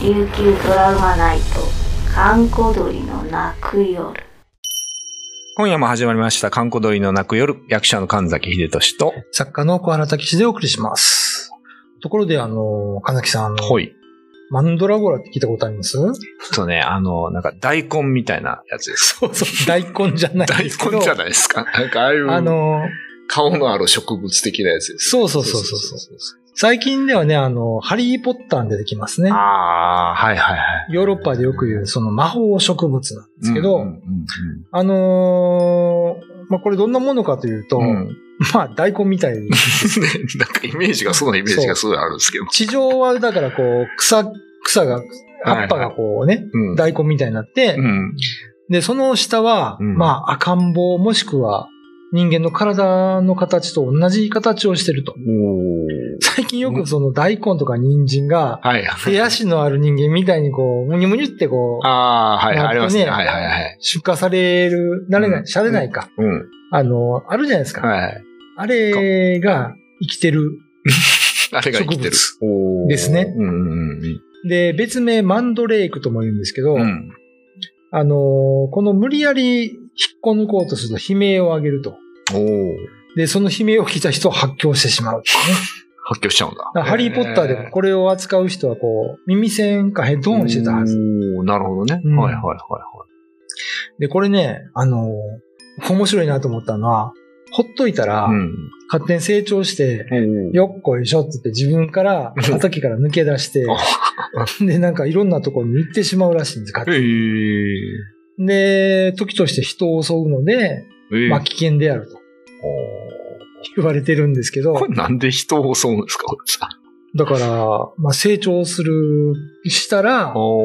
琉球ドラマナイト観光鳥の泣く夜今夜も始まりました、かんこ鳥の泣く夜、役者の神崎秀俊と、作家の小原武史でお送りします。ところで、あの、神崎さん、あの、ほい。マンドラゴラって聞いたことありますちょっとね、あの、なんか大根みたいなやつです。そうそう、 大根じゃないん大ですけど。根じゃない ですか。なんかああいう、あの、顔のある植物的なやつです。そうそうそうそうそうう。最近ではね、あの、ハリーポッターに出てきますね。ああ、はいはいはい。ヨーロッパでよく言う、その魔法植物なんですけど、うんうんあのーまあ、これどんなものかというと、うんうんうんまあ、大根みたい。 なんかイメージが、そのイメージがすごいあるんですけど。地上は、だからこう、草、草が、葉っぱがこうね、うん大根みたいになって、うん。で、その下は、うんまあ、赤ん坊もしくは人間の体の形と同じ形をしてると。おー最近よくその大根とか人参が、はい手足のある人間みたいにこう、むにゅむにゅってこう、ああ、はい、なんかねありますね。はいはいはい。出荷される、なれなうい、んしゃれないか。うん。あの、あるじゃないですか。はい。あれが生きてる。あれが生きてる。植おーですねうんうんうんで、別名マンドレイクとも言うんですけど、うん。あの、この無理やり引っこ抜こうとすると悲鳴を上げると。おお。で、その悲鳴を聞いた人を発狂してしまうっていうね。発狂しちゃうんだ。だからハリー・ポッターでもこれを扱う人はこう、耳栓かヘッドホンしてたはず。おーなるほどね。うんはいはいはいはで、これね、あのー、面白いなと思ったのは、ほっといたら、い。うん。勝手に成長して、よっこいしょって言って自分からうん、畑から抜け出して、 で、なんかいろんなところに行ってしまうらしいんです、勝え手にで、時として人を襲うので、えまあ危険であると言われてるんですけど、これなんで人を襲うんですかだから、まあ成長する、したら、おお。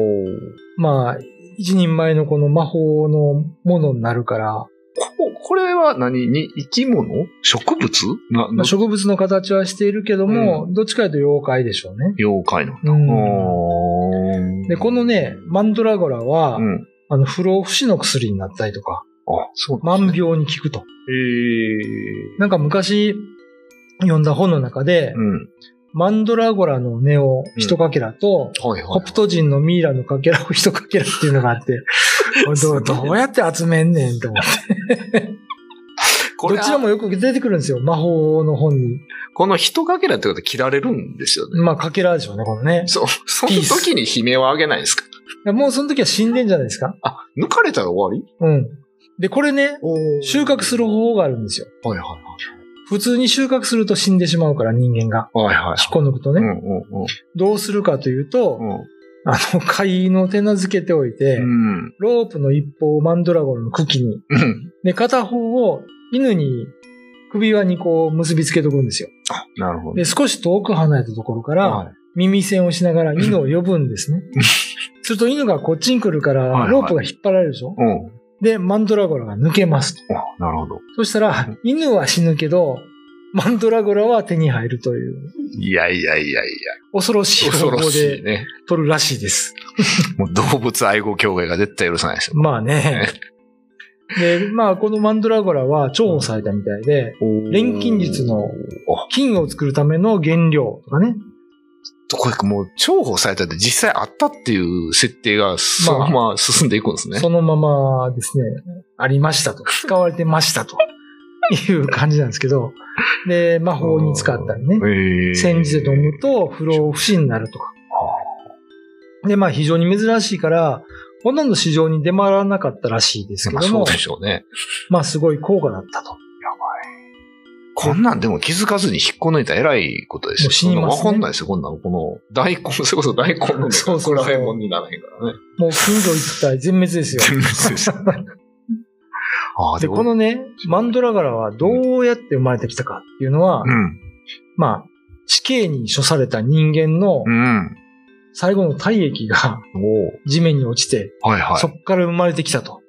まあ、一人前のこの魔法のものになるから、ここれは何に生き物植物な、まあ、植物の形はしているけども、どっちかというと妖怪でしょうね。妖怪の。うん、おーで、この、ね、マンドラゴラは、うん。あの、不老不死の薬になったりとか、あ、そうなん万病に効くと。ええなんか昔、読んだ本の中で、うん。マンドラゴラの根を一かけらと、はいはい。コプト人のミイラのかけらを一かけらっていうのがあ って、これどうどうやって集めんねんと思って。こどれちらもよく出てくるんですよ、魔法の本に。この人かけらってことは切られるんですよね。まあ、かけらでしょうね、このね。そう。その時に悲鳴を上げないんですかもうその時は死んでんじゃないですか。あ、抜かれたら終わりうん。で、これね、お収穫する方法があるんですよ。はいはいはい。普通に収穫すると死んでしまうから、人間が。はいはいはい。引っこ抜くとうね。んうんどうするかというと、うん。うんあの、貝の手なずけておいて、うん。ロープの一方をマンドラゴンの茎に、うん。 で、片方を犬に首輪にこう結びつけとくんですよ。なるほど。で、少し遠く離れたところから、はい耳栓をしながら犬を呼ぶんですね。 すると犬がこっちに来るかはいはら、いロープが引っ張られるでしょ、うん。で、マンドラゴラが抜けますと。あなるほど。そしたら、犬は死ぬけど、マンドラゴラは手に入るという、いやいやいやい恐ろしいや。方 恐ろ法しいでね。取るらしいです。もう動物愛護協会が絶対許さないですよ。まあね。で、まあ、このマンドラゴラは重宝されたみたいで、錬金術のあ金を作るための原料とかね。これもう重宝されたって実際あったっていう設定がそのまま進んでいくんですね。そのままですね、ありましたと。使われてましたと。いう感じなんですけど。で、魔法に使ったりね。ね煎じて飲むと不老不死になるとか。で、まあ非常に珍しいから、ほとんど市場に出回らなかったらしいですけまあどそうも、でしょうね。まあすごい高価だったと。こんなんでも気づかずに引っこ抜いたら偉いことですもよ。う死にますねわかんないですよ、こんなの。この大根、それこそ大根のねそうそうそうここら辺もんにならへんからね。もう風土一体全滅ですよ。全滅ですよね。ああ、でで、こも、のね、マンドラガラはどうやって生まれてきたかっていうのは、うん。まあ、死刑に処された人間のうん。最後の体液がお地面に落ちて、おはいはい。そっから生まれてきたと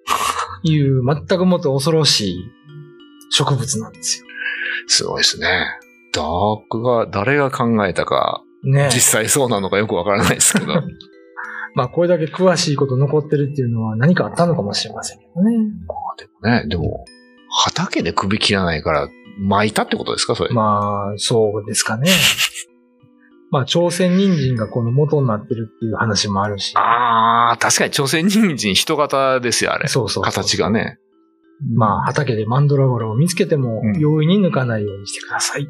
いう、全くもって恐ろしい植物なんですよ。すごいですね。ダークが、誰が考えたか、ねえ実際そうなのかよくわからないですけ ど。まあ、これだけ詳しいこと残ってるっていうのは何かあったのかもしれませんけどね。ね、でも、畑で首切らないから、巻いたってことですかそれ。 まあ、そうですかね。まあ、朝鮮人参がこの元になってるっていう話もあるし。ああ、確かに朝鮮人参人型ですよ、あれ。そうそうそう形がね。まあ、畑でマンドラゴラを見つけてもうん、容易に抜かないようにしてください。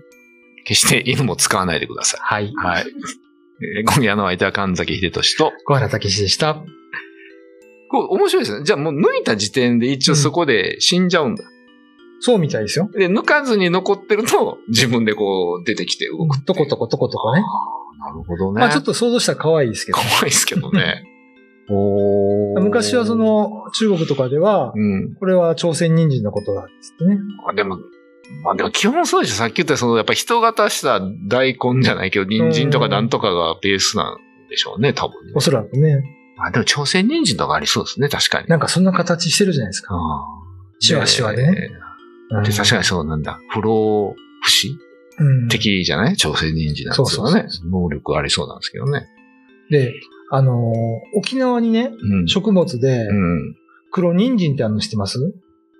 決して犬も使わないでください。はい。はい。えー今夜の相手は神崎秀俊と。小原武史でした。こう、面白いですね。じゃあもう抜いた時点で一応そこで死んじゃうんだ。そうみたいですよ。で、抜かずに残ってると、自分でこう出てきて動くってという。ことことことこね。なるほどね。まあ、ちょっと想像したら可愛いですけど怖。いですけど ね。おー昔はそ、の、中国とかではう、ん。これは朝鮮人参のことだって言ってね。あでも、まあでも基本そうでしょ。さっき言ったその、やっぱ人型した大根じゃないけど、人参とかなんとかがベースなんでしょうね、多分ねお。そらくね。あでも朝鮮人参とかありそうですね、確かに。なんかそんな形してるじゃないですか。シワシワでね。で、確かにに。そうなんだ。不老不死うん。的じゃない朝鮮人参なんですよね。能力ありそうなんですけどね。で、あのー沖縄にね、うん。食物でう、ん。黒人参ってあるの知ってます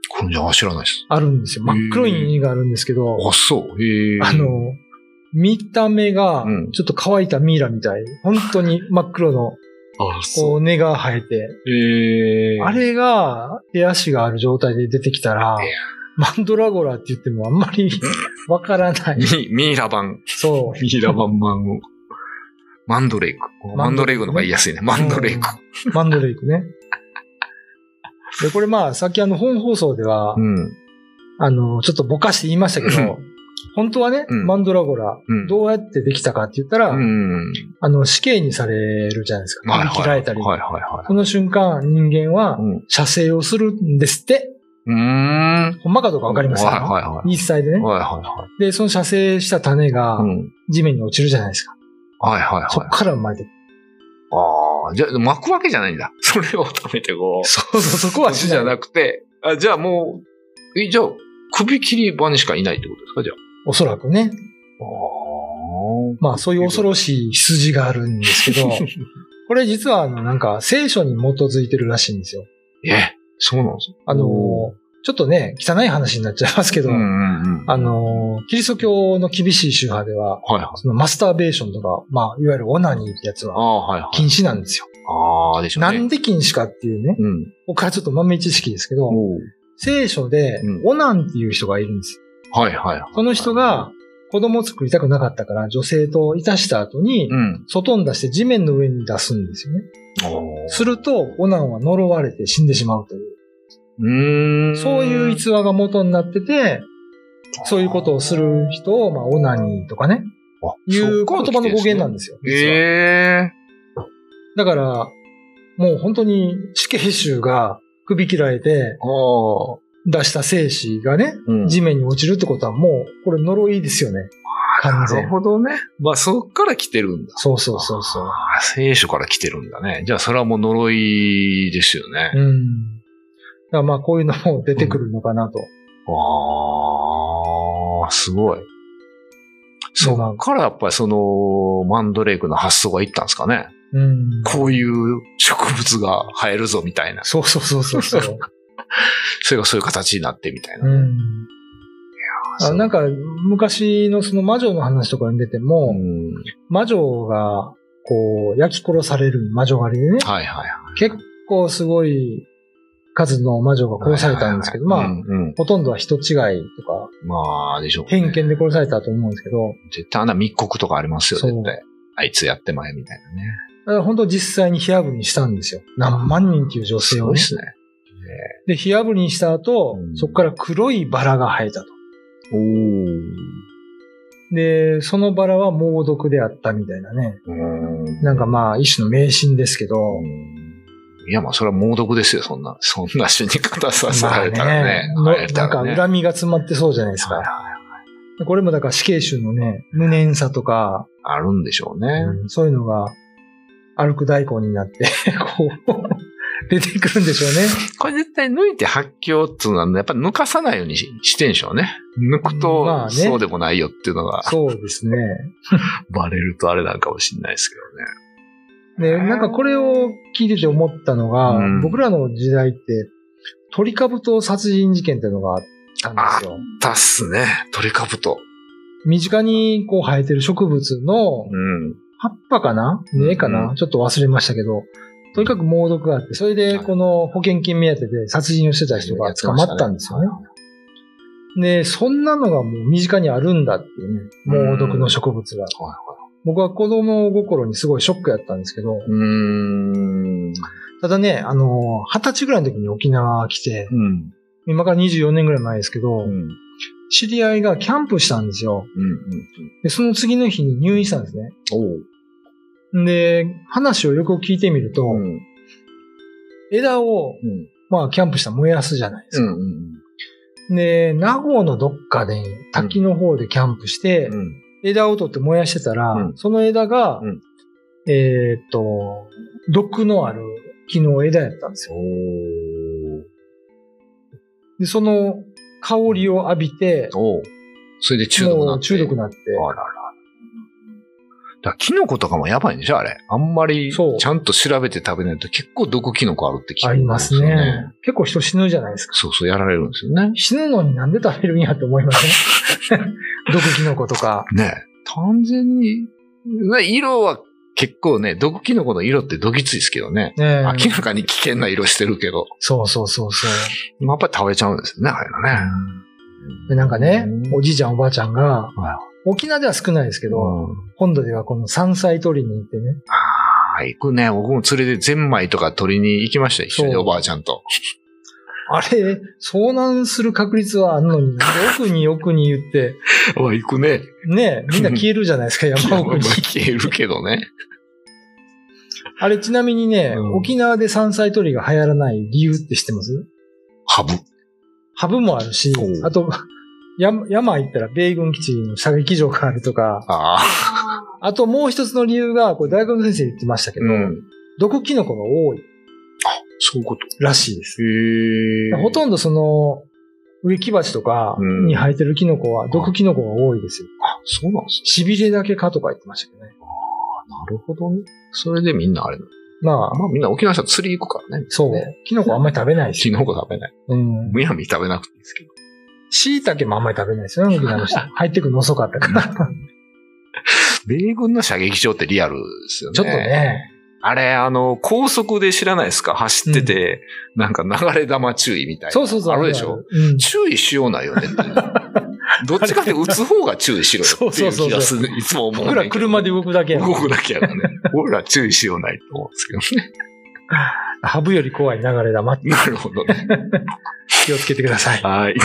これじゃあ知らないです。あるんですよ。真っ黒い人参があるんですけど、あ、そう。へえ。あのー、見た目がうん、ちょっと乾いたミイラみたい。本 当に真っ黒の、あ、こそう根が生えて、う。へえ。あれが、手足がある状態で出てきたらいや、マンドラゴラって言ってもあんま りわからない。ミミイラ版。そう。ミイラ版版を。マンドレイク。ママンンドドレレイクイクねの方が言いやすいね。マンドレイク。マンドレイクね。で、これまあ、さっきあの本放送ではう、ん。うんあの、ちょっとぼかして言いましたけうど、本当はね、うんマンドラゴラ、うんどうやってできたかって言ったら、うん。あの、死刑にされるじゃないですか。はい首切らはい。れたり。はいはいは。、この瞬間、人間はいうん。う射精をするんですって、ーん。ほんまかどうかわかりませんはいかはいはい。一切でね。はいはいはい。で、その射精した種がう、ん。地面に落ちるじゃないですか。はいはいはい。そっから生まれてくる。ああ、じゃあ巻くわけじゃないんだ。 それを食べてこう。そうそう、そこは足じゃい。なくて、あじゃあもう、えじゃあ、首切り場にしかいないってことですかじゃあ。おそらくね。まあ、そういう恐ろしい筋があるんで すけど、これ実は、あの、なんか、聖書に基づいてるらしいんですよ。え、そうなんですよあのーお、ちょっとね、汚い話になっちゃいますけど、んうんうん。あのー、キリスト教の厳しい宗派では、はいはい。そのマスターベーションとか、まあ、いわゆるオナニーってやつあはあ、はいはい。禁止なんですよ。ああ、でしょうなね。んで禁止かっていうね、うん。ここからちょっと豆知識ですけど、おう聖書でう、んオナンっていう人がいるんです。はいはいはい。この人が、子供を作りたくなかったから、女性といたした後にう、ん。外に出して地面の上に出すんですよね。おーすると、オナンは呪われて死んでしまうという。うーん。そういう逸話が元になってて、そういうことをする人を、まあ、オナニーとかね、あいう言葉の語源なんでですよ。す実はえだから、もう本当に死刑囚が首切られてえ。ああ。出した精子がね、うん地面に落ちるってことはもう、これ呪いですよね。完なる全。ほどね。まあ、そっから来てるんだ。そうそうそうそう。あ聖書から来てるんだね。じゃあ、それはもう呪いですよね。うん。だからまあ、こういうのも出てくるのかなと。ああ、すごい。そっからやっぱりその、マンドレイクの発想がいったんですかね。うん。こういう植物が生えるぞみたいな。そうそうそうそ うそう。それがそういう形になってみたいな。うん。そあうなんか、昔のその魔女の話とかに出ても、うん魔女が、こう、焼き殺される魔女狩りでね、はいはい。結構すごい数の魔女が殺されたんですけど、はいはまいあ、はいうんうんほとんどは人違いとか、まあ、でしょうね。偏見で殺されたと思うんですけど、絶対あんな密告とかありますよ、そう絶対。あいつやってまえみたいなね。だから本当実際に火炙りにしたんですよ。何万人っていう女性すをごいねで。すね。で、火炙りにした後、うんそこから黒いバラが生えたと。おーで、そのバラは猛毒であったみたいなね。うーん。なんかまあ、一種の迷信ですけど、うんいや、まあ、それは猛毒ですよ、そんな。そんな死に方させられたらね。まあ生えねたなんらねか恨みが詰まってそうじゃないですはいか。はいこれもだから死刑囚のね、無念さとか、あるんでしょうね。そういうのが歩く大根になって、 こう、出てくるんでしょうね。 これ絶対抜いて発狂っていうのは、やっぱり抜かさないようにししてんでしょうね。抜くと、まあねそうでもないよっていうのが、そうですね。バレるとあれなんかもしれないですけで、なんかこれを聞いてて思ったのが、うん僕らの時代って、鳥かぶと殺人事件っていうのがあったんですよ。どね。だっすね。鳥かぶと。身近にこう生えてる植物のうん。葉っぱかな根かな、うんちょっと忘れましたけど、とにかく猛毒があって、それではいこの保険金目当てで殺人をしてた人が捕まったんですよね。で、そんなのがもう身近にあるんだっていうね、猛毒の植物が。はい僕は子供心にすごいショックやったんですけど、うーん。ただね、あの、二十歳ぐらいの時に沖縄来て、うん。今から24年ぐらい前ですけど、うん。うん。知り合いがキャンプしたんですよ。うん。で、その次の日に入院したんですね。おう。で、話をよく聞いてみると、うん。枝を、うん。まあ、キャンプしたら燃やすじゃないですうか。ん。うん。で、名護のどっかで、滝の方でキャンプして、うん。枝を取って燃やしてたら、うんその枝が、うんえーっと、毒のある木の枝やったんですよ。おう。で、その香りを浴びて、おう。それで中毒になもっうて。中毒になって、あらら。だからキノコとかもやばいんでしょあれ。あんまり、ちそうゃんと調べて食べないと結構毒キノコあるって聞くありますね。結構人死ぬじゃないですか。そうそう、やられるんですよね。死ぬのになんで食べるんやって思いません 毒キノコとか。ねえ単純に、ね色は結構ね、毒キノコの色ってどぎついですけどね。ねえ明らかに危険な色してるけど、そうそうそうそう。やっぱり食べちゃうんですよね、あれがね。でなんかねう、んおじいちゃんおばあちゃんがは、沖縄では少ないですけど、本土ではこの山菜取りに行ってね、ああ、行くね。僕も連れてゼンマイとか取りに行きましたよ、一緒にそうおばあちゃんと。 あれ、遭難する確率はあんのに、なんで奥に奥に言って、あ行くね。ねえ、みんな消えるじゃないですか、 山奥に。消えるけどね。あれちなみにね、うん沖縄で山菜取りが流行らない理由って知ってますハブ。ハブもあるしおう、あと、山山行ったら米軍基地の射撃場があるとか、ああ。ああともう一つの理由が、これ大学の先生言ってましたけど、うん。毒キノコが多いそういうこと。らしいです。へほとんど。んどその、植木鉢とかに生えてるキノコは毒キノコが多いですよ。あ、そうなんですね。痺れだけかとか言ってましたけどね。なるほどね。それでみんなあれなのまあ、まあみんな沖縄人は釣り行くからね。そうね。キノコあんまり食べないですキよ。ノコ食べない。うん。むやみ食べなくていいですけど。椎茸もあんまり食べな いですよね、沖縄の人。入ってくるの遅かったから。米軍の射撃場ってリアルですよね。ちょっと。ね。あれ、あの、高速で知らないですか走ってて、なんか流れ玉注意みたいな。そうそうそう。あるでしょうん。注意しようないよね って。どっちかって打つ方が注意しろよっていう気がする。いつも思うねんけど。僕ら車で動くだけや動くだけやからね。俺ら注意しようないと思うんですけどね。ハブより怖い流れ玉。なるほどね。 気をつけてください。はい。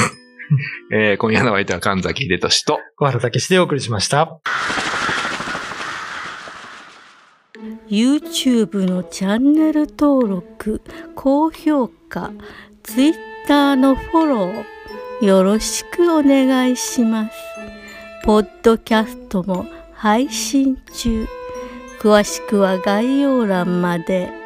えー今夜のお相手は神崎秀俊と、小原武史でお送りしました。 YouTube のチャンネル登録高評価 Twitter のフォローよろしくお願いしますポッドキャストも配信中詳しくは概要欄まで。